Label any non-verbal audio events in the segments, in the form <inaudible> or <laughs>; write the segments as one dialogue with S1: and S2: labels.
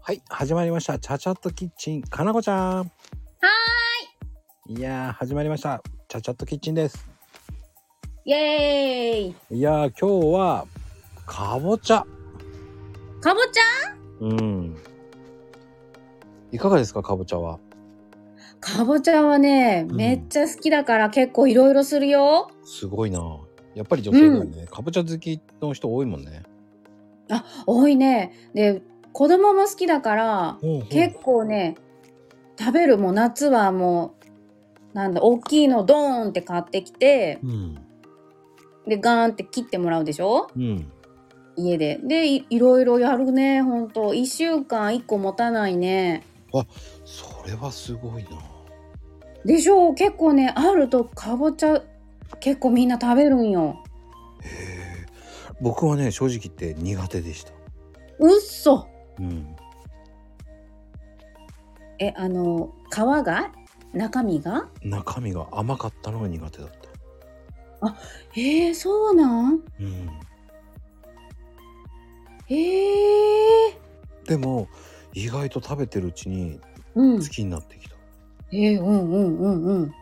S1: はい、始まりました。チャチャットキッチン、かなこちゃん。はーい。いやー、始まりました。チャチャットキッチンです。
S2: イエーイ
S1: いやー、今日は、かぼちゃ。
S2: かぼちゃ
S1: うん。いかがですか、かぼちゃは。
S2: かぼちゃはね、
S1: うん
S2: めっちゃ好きだから結構いろいろするよ。
S1: すごいなやっぱり女性だよね、かぼちゃ好きの人多いもんね。
S2: あ、多いね。で、子供も好きだから、結構ね、食べるもう夏はもう、なんだ、大きいのドーンって買ってきて、
S1: うん。
S2: で、ガーンって切ってもらうでしょ
S1: うん。
S2: 家で。で、いいろいろやるね、ほんと。1週間1個持たないね。
S1: それはすごいな
S2: でしょ結構ね、あるとかぼちゃ、結構みんな食べるんよ。
S1: へえ。僕はね、正直言って苦手でした。
S2: うっそ
S1: うん。
S2: えあの皮が中身が
S1: 中身が甘かったのが苦手だった。
S2: えー、そうなん
S1: うん。
S2: えー、
S1: でも意外と食べてるうちに
S2: うん
S1: 好きになってきた、
S2: えー、うんうんうんうん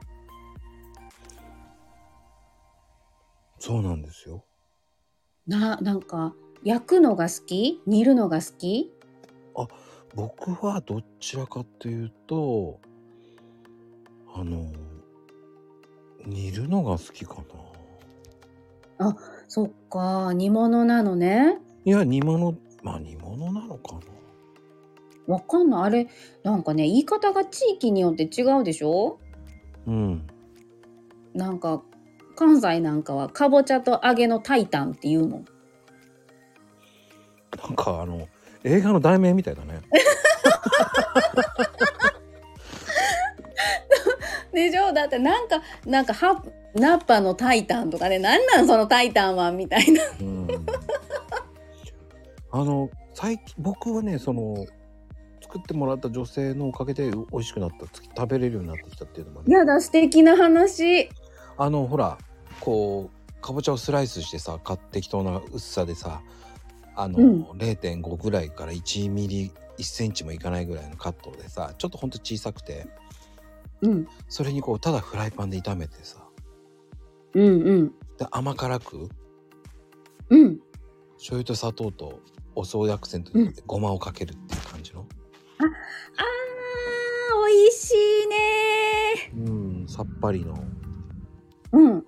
S1: そうなんですよ
S2: ななんか焼くのが好き煮るのが好き
S1: 僕はどちらかというとあの煮るのが好きかな
S2: そっか煮物なのね
S1: いや煮物まあ煮物なのかな
S2: わかんないあれなんかね言い方が地域によって違うでしょ
S1: うん
S2: なんか関西なんかはかぼちゃと揚げのタイタンっていうの
S1: なんかあの映画の題名みたいだね
S2: でしょだってなんかなんかはナッパのタイタンとかねなんなんそのタイタンはみたいな <laughs>
S1: うんあの最近僕はねその作ってもらった女性のおかげで美味しくなった食べれるようになってきたっていうのもあります
S2: やだ素敵な話
S1: あのほらこうかぼちゃをスライスしてさ買って適当な薄さでさあの、
S2: うん
S1: 0.5ぐらいから1ミリ1センチもいかないぐらいのカットでさちょっとほんと小さくて
S2: うん
S1: それにこうただフライパンで炒めてさ
S2: うんうん
S1: で甘辛く
S2: うん
S1: 醤油と砂糖とお醤油アクセントにしてごまをかけるっていう感じの、
S2: あー美味しいね
S1: うん、さっぱりの
S2: うん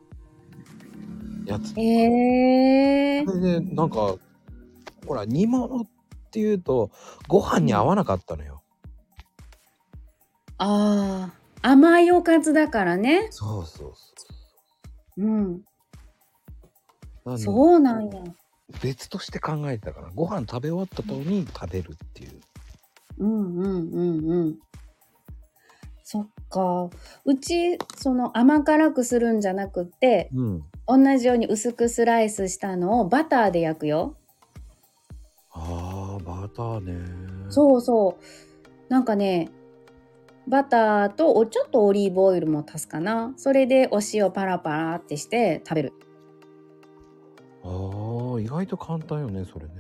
S1: やつ。
S2: えー
S1: そ、れでなんかほら煮物っていうとご飯に合わなかったのよ。
S2: あー甘いおかずだからね
S1: そうそう
S2: うん
S1: そう。なんで
S2: そうなんや
S1: 別として考えてたからご飯食べ終わった後に食べるっていう
S2: うんうんうんうんそっかうちその甘辛くするんじゃなくって
S1: うん
S2: 同じように薄くスライスしたのをバターで焼くよ
S1: あーバターね
S2: そうそうなんかねバターとおちょっとオリーブオイルも足すかなそれでお塩パラパラってして食べる
S1: あー意外と簡単よねそれね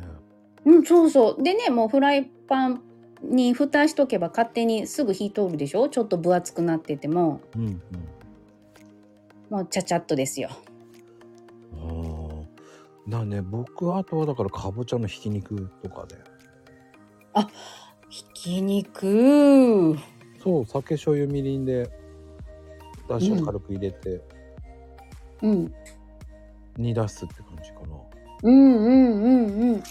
S2: うんそうそうでねもうフライパンに蓋しとけば勝手にすぐ火通るでしょちょっと分厚くなってても
S1: うん
S2: もうちゃちゃっとですよ
S1: うんああだね僕あとはだからかぼちゃのひき肉とかで
S2: ひき肉
S1: そう酒醤油みりんでだしを軽く入れて
S2: うん
S1: 煮出すって感じかな、
S2: うんうんうんうん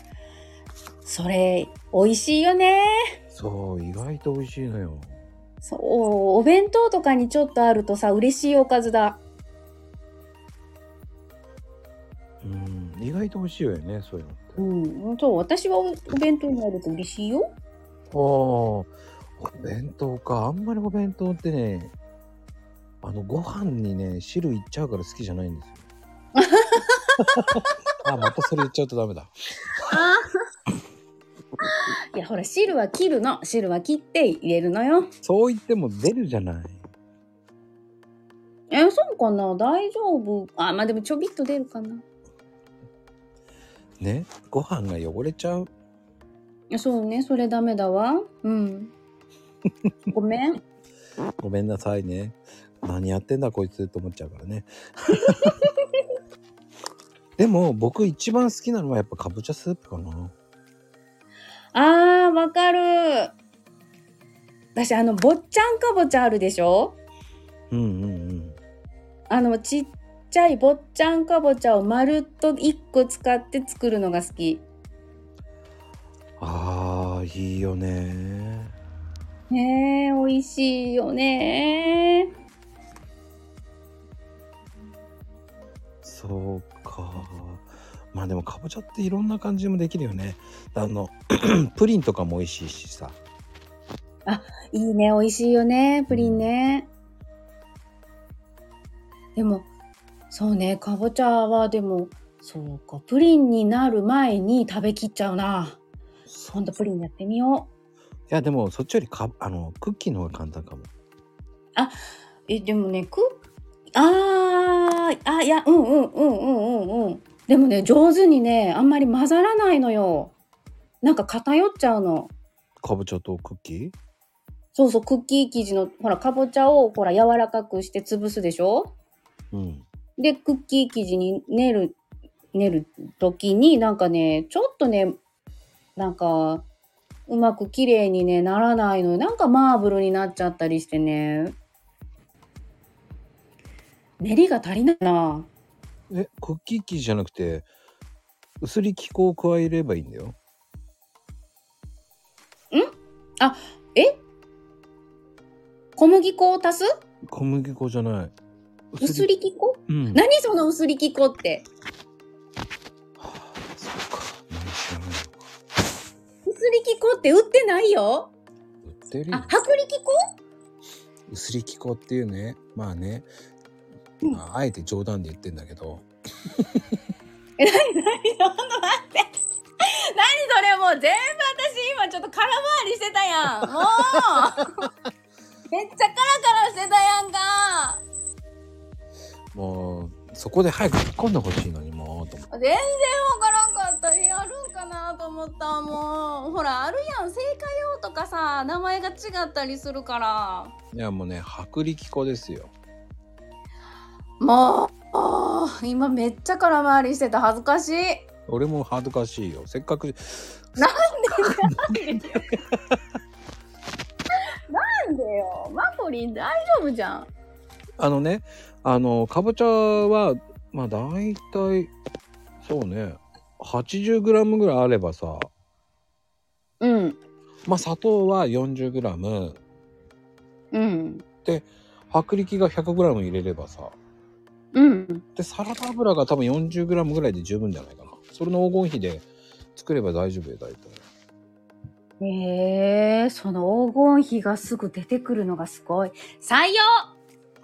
S2: それ美味しいよね
S1: そう意外と美味しいのよ
S2: そうお弁当とかにちょっとあるとさ嬉しいおかずだ
S1: うん意外と美味しいよねそういうのって、
S2: うん、そう、私はおお弁当になると嬉しいよ。
S1: ああ、お弁当か。あんまりお弁当ってね、あの、ご飯にね、汁いっちゃうから好きじゃないんですよ。あ、またそれ言っちゃうとダメだ。
S2: あ <laughs> あ。いや、ほら、汁は切るの、汁は切って入れるのよ。
S1: そう言っても出るじゃない。
S2: え、そうかな、大丈夫。あ、まあ、でも、ちょびっと出るかな。
S1: ね、ご飯が汚れちゃう。
S2: そうね、それダメだわ。うん。ごめん。
S1: ごめんなさいね。何やってんだこいつと思っちゃうからね。でも僕一番好きなのはやっぱかぼちゃスープかな。
S2: あー、わかる。私、あの、坊ちゃんかぼちゃあるでしょ
S1: うんうんうん。
S2: あの、ちっちゃい坊ちゃんかぼちゃを丸っと1個使って作るのが好き。
S1: ああ、いいよね。
S2: ねえ、美味しいよね。
S1: そうか。まあでもかぼちゃっていろんな感じでもできるよね。あの <clears throat> プリンとかも美味しいしさ。
S2: いいね、美味しいよね、プリンね。でも、そうね、かぼちゃはでも、そうか、プリンになる前に食べきっちゃうな。今度プリンやってみよ
S1: いやでもそっちよりかあのクッキーの方が簡単かも。
S2: う。え、でもね、く、あー、あ、いや、うんうんうんうんうんうん。でもね、上手にね、あんまり混ざらないのよ。なんか偏っちゃうの。
S1: かぼちゃとクッキー？
S2: そうそう、クッキー生地の、ほら、かぼちゃを、ほら、柔らかくして潰すでしょ
S1: うん。
S2: で、クッキー生地に練る、練る時に、なんかね、ちょっとね、なんか、うまく綺麗にね、ならないのよ。なんかマーブルになっちゃったりしてね。練りが足りないな。
S1: えクッキー生地じゃなくて薄力粉を加えればいいんだよ。
S2: え小麦粉を足す
S1: 小麦粉じゃない。
S2: 薄力粉
S1: うん。は
S2: 何その薄力粉って。
S1: あそうか。何知らないのか。
S2: 薄力粉って売ってないよ。
S1: 売ってるよ
S2: あ、。薄力粉
S1: 薄力粉っていうね。まあね。
S2: うん
S1: まあ、あえて冗談で言ってんだけど。
S2: え、なになにちょっと待って。なにそれもう全部私今ちょっと空回りしてたやん。もう <laughs> めっちゃカラカラしてたやんか。
S1: もうそこで早く突っ込んでほしいのにもうと思って
S2: 全然わからんかった。え、あるんかなと思った。もう、ほら、あるやん。正解用とかさ、名前が違ったりするから。
S1: いやもうね薄力粉ですよ。
S2: もう、今めっちゃ空回りしてて恥ず <laughs> かしい。
S1: 俺も恥ずかしいよ。せっかく
S2: なんでなんでよ。なんでよ。マコリン大丈夫じゃん。
S1: あのねあのかぼちゃはまあ大体そうね 80g ぐらいあればさ
S2: うん。
S1: まあ砂糖は 40g
S2: うん。
S1: 薄力が 100g 入れればさ
S2: うん。
S1: でサラダ油が多分 40g ぐらいで十分じゃないかなそれの黄金比で作れば大丈夫よ大体
S2: えー、その黄金比がすぐ出てくるのがすごい。採用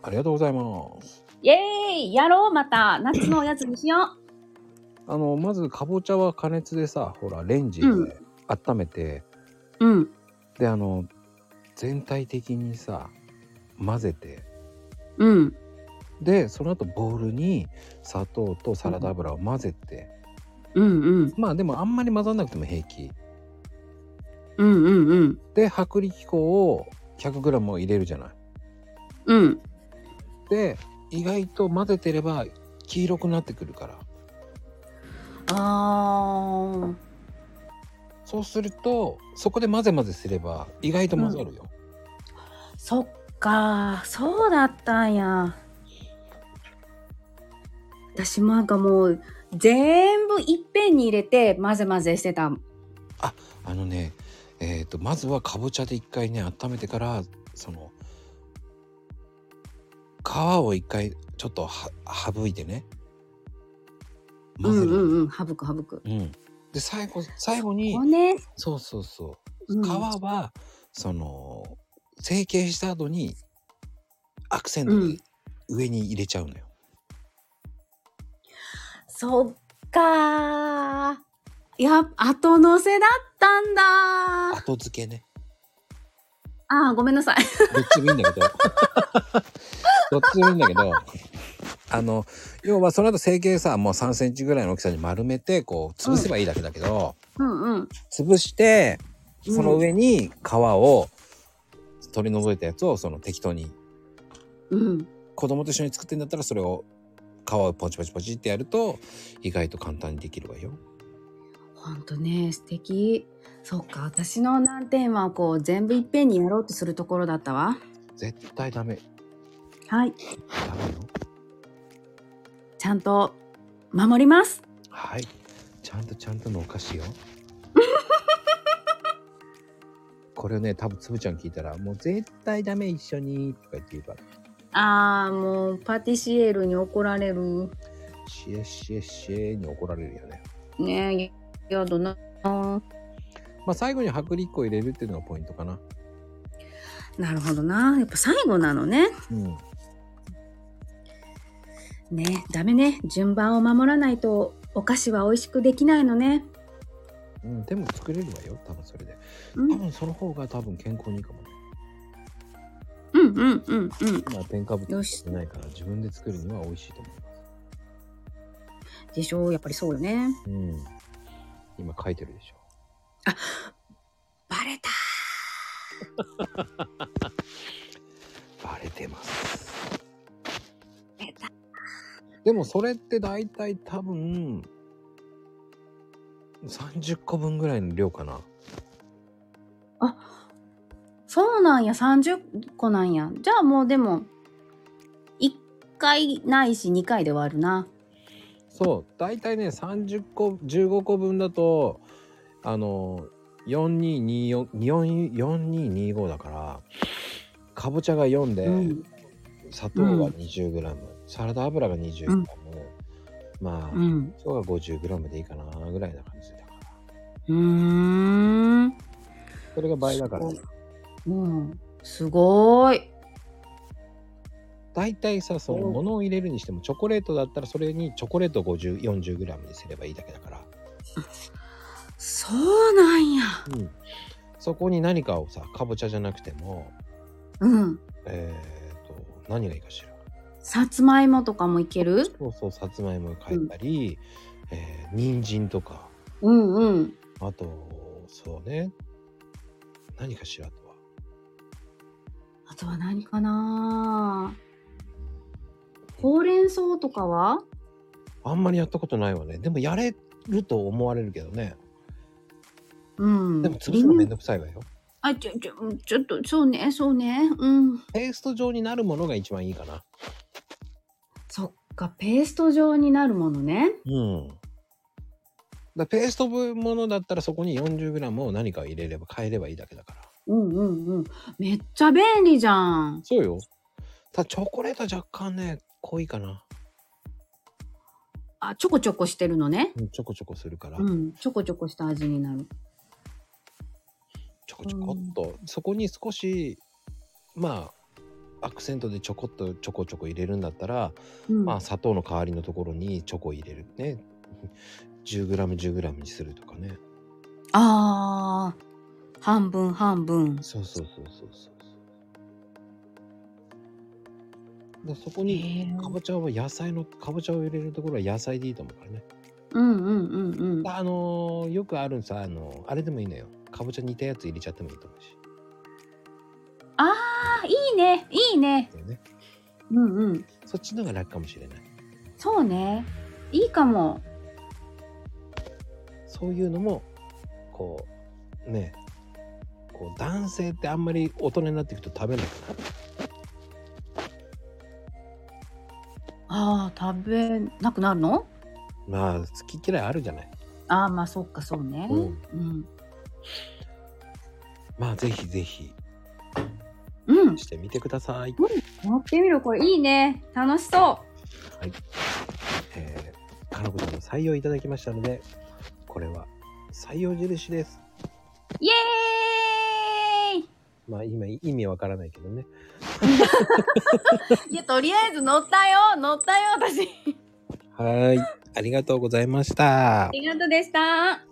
S1: ありがとうございます
S2: イエーイやろうまた夏のおやつにしよ
S1: あのまずかぼちゃは加熱でさほらレンジで
S2: うん
S1: 温めて、
S2: ううん。
S1: であの全体的にさ混ぜて
S2: うん。
S1: でその後ボウルに砂糖とサラダ油を混ぜて、
S2: うんうん。
S1: まあでもあんまり混ざんなくても平気
S2: うんうんうん。
S1: で薄力粉を 100g も入れるじゃない
S2: うん。
S1: で意外と混ぜてれば黄色くなってくるから
S2: あー。
S1: そうするとそこで混ぜ混ぜすれば意外と混ざるよ、
S2: そっかそうだったんや。私なんかもう全部いっぺんに入れて混ぜ混ぜしてた。
S1: あのねえー、とまずはかぼちゃで一回ね温めてからその皮を一回ちょっとは省いてね
S2: う
S1: 混
S2: ん
S1: ぜ
S2: う
S1: る、
S2: んうん。省く省く。
S1: うん、で最後最後に
S2: おね。
S1: そうそうそうう、
S2: ん
S1: 皮はその成形した後にアクセントで上に入れちゃうのよ、
S2: そっかー。いや、後乗せだったんだー。
S1: 後付けね
S2: あー、ごめんなさい。
S1: <laughs>
S2: <laughs>
S1: どっちもいいんだけどどっちもいいんだけどあの、要はその後成形さ、もう3センチぐらいの大きさに丸めて、こう、潰せばいいだけだけど、
S2: うんうん。
S1: 潰して、
S2: うん
S1: その上に皮を取り除いたやつを、その適当に、
S2: うん。
S1: 子供と一緒に作ってんだったら、それを、皮をポチポチポチってやると、意外と簡単にできるわよ。
S2: ほんとね、素敵。そっか、私の難点はこう全部いっぺんにやろうとするところだったわ。
S1: 絶対ダメ。
S2: はい。
S1: ダメよ。
S2: ちゃんと守ります。
S1: はい。ちゃんとちゃんとのお菓子
S2: <laughs>
S1: よ。これね、多分つぶちゃん聞いたら、もう絶対ダメ一緒にとか言って言うから。
S2: あー、もうパティシエールに怒られる。
S1: シエシエシエに怒られるよね。
S2: ねえ、やだな。
S1: まあ最後に薄力粉を入れるっていうのがポイントかな。
S2: なるほどな。やっぱ最後なのね。
S1: うん。
S2: ねダメね。順番を守らないとお菓子は美味しくできないのね。
S1: うん、でも作れるわよ、多分それで。
S2: うん、う
S1: 多
S2: ん、
S1: 分その方が多分健康にいいかもね。
S2: うん、うん、うん。
S1: 今は添加物
S2: よ
S1: 入
S2: し
S1: れてないから自分で作るには美味しいと思います。
S2: でしょうやっぱりそうよね。
S1: うん。今書いてるでしょ。
S2: バレた。
S1: バレてます。
S2: バレた。
S1: でもそれって大体多分30個分ぐらいの量かな。
S2: そうなんや、30個なんや。じゃあもうでも、1回ないし2回で終わるな。
S1: そう大体ね30個15個分だとあの4224 4225だからかぼちゃが4で、
S2: うん。
S1: 砂糖が 20g、サラダ油が 20g、
S2: うん
S1: まあ、
S2: うん。
S1: 今日が 50g でいいかなぐらいな感じだから
S2: うーん。
S1: それが倍だから
S2: すうん。すごーい。
S1: 大体さその
S2: うん
S1: ものを入れるにしてもチョコレートだったらそれにチョコレート 5040g にすればいいだけだから、
S2: そうなんや。
S1: うん、そこに何かをさかぼちゃじゃなくても
S2: うん。
S1: えっ、と何がいいかしら
S2: さつまいもとかもいける
S1: そうそうさつまいも変えたり、えー人参とか
S2: うんうん。
S1: あとそうね何かしらあとは
S2: あとは何かなほうれん草とかは
S1: あんまりやったことないわねでもやれると思われるけどね
S2: うん。
S1: でも潰すのめん
S2: りん
S1: どくさいわよ
S2: あ、ちょ、ちょ、ちょっと、そうね、そうね。うん。
S1: ペースト状になるものが一番いいかな
S2: そっか、ペースト状になるものね。
S1: うん。だペーストものだったらそこに 40g を何かを入れれば変えればいいだけだから。
S2: うんうんうん。めっちゃ便利じゃん。
S1: そうよ。ただチョコレート若干ね濃いかな。
S2: あ、ちょこちょこしてるのね。
S1: うんちょこちょこするから、
S2: うん、ちょこちょこした味になる。
S1: ちょこちょこっと、そこに少しまあアクセントでちょこっとちょこちょこ入れるんだったら、
S2: うん、
S1: まあ砂糖の代わりのところにチョコ入れるね 10g10g にするとかね。
S2: あー半分半分。
S1: そうそうそうそうそうそう。だそこに
S2: へー
S1: かぼちゃは野菜のかぼちゃを入れるところは野菜でいいと思うからね。
S2: うんうんうんうん。
S1: あのーよくあるさあのーあれでもいいのよ。かぼちゃ煮たやつ入れちゃってもいいと思うし。
S2: あ、いいね、いいね。
S1: だよね、
S2: うんうん。
S1: そっちの方が楽かもしれない。
S2: そうね。いいかも。
S1: そういうのもこうねこう男性ってあんまり大人になっていくと食べなくなる。
S2: ああ、食べなくなるの
S1: まあ好き嫌いあるじゃない。
S2: ああ、まあそっか、そうね。
S1: う
S2: うんん。うん。
S1: まあぜひぜひ
S2: うん、
S1: してみてください。
S2: やってみる、これいいね。楽しそ
S1: えー、かなこちゃんの採用いただきましたので、これは採用印です。
S2: う。イエーイ
S1: まあ今意味わからないけどね。
S2: いや、とりあえず乗ったよ乗ったよ <laughs> 私
S1: はーい。ありがとうございました
S2: あ。りがとうでした。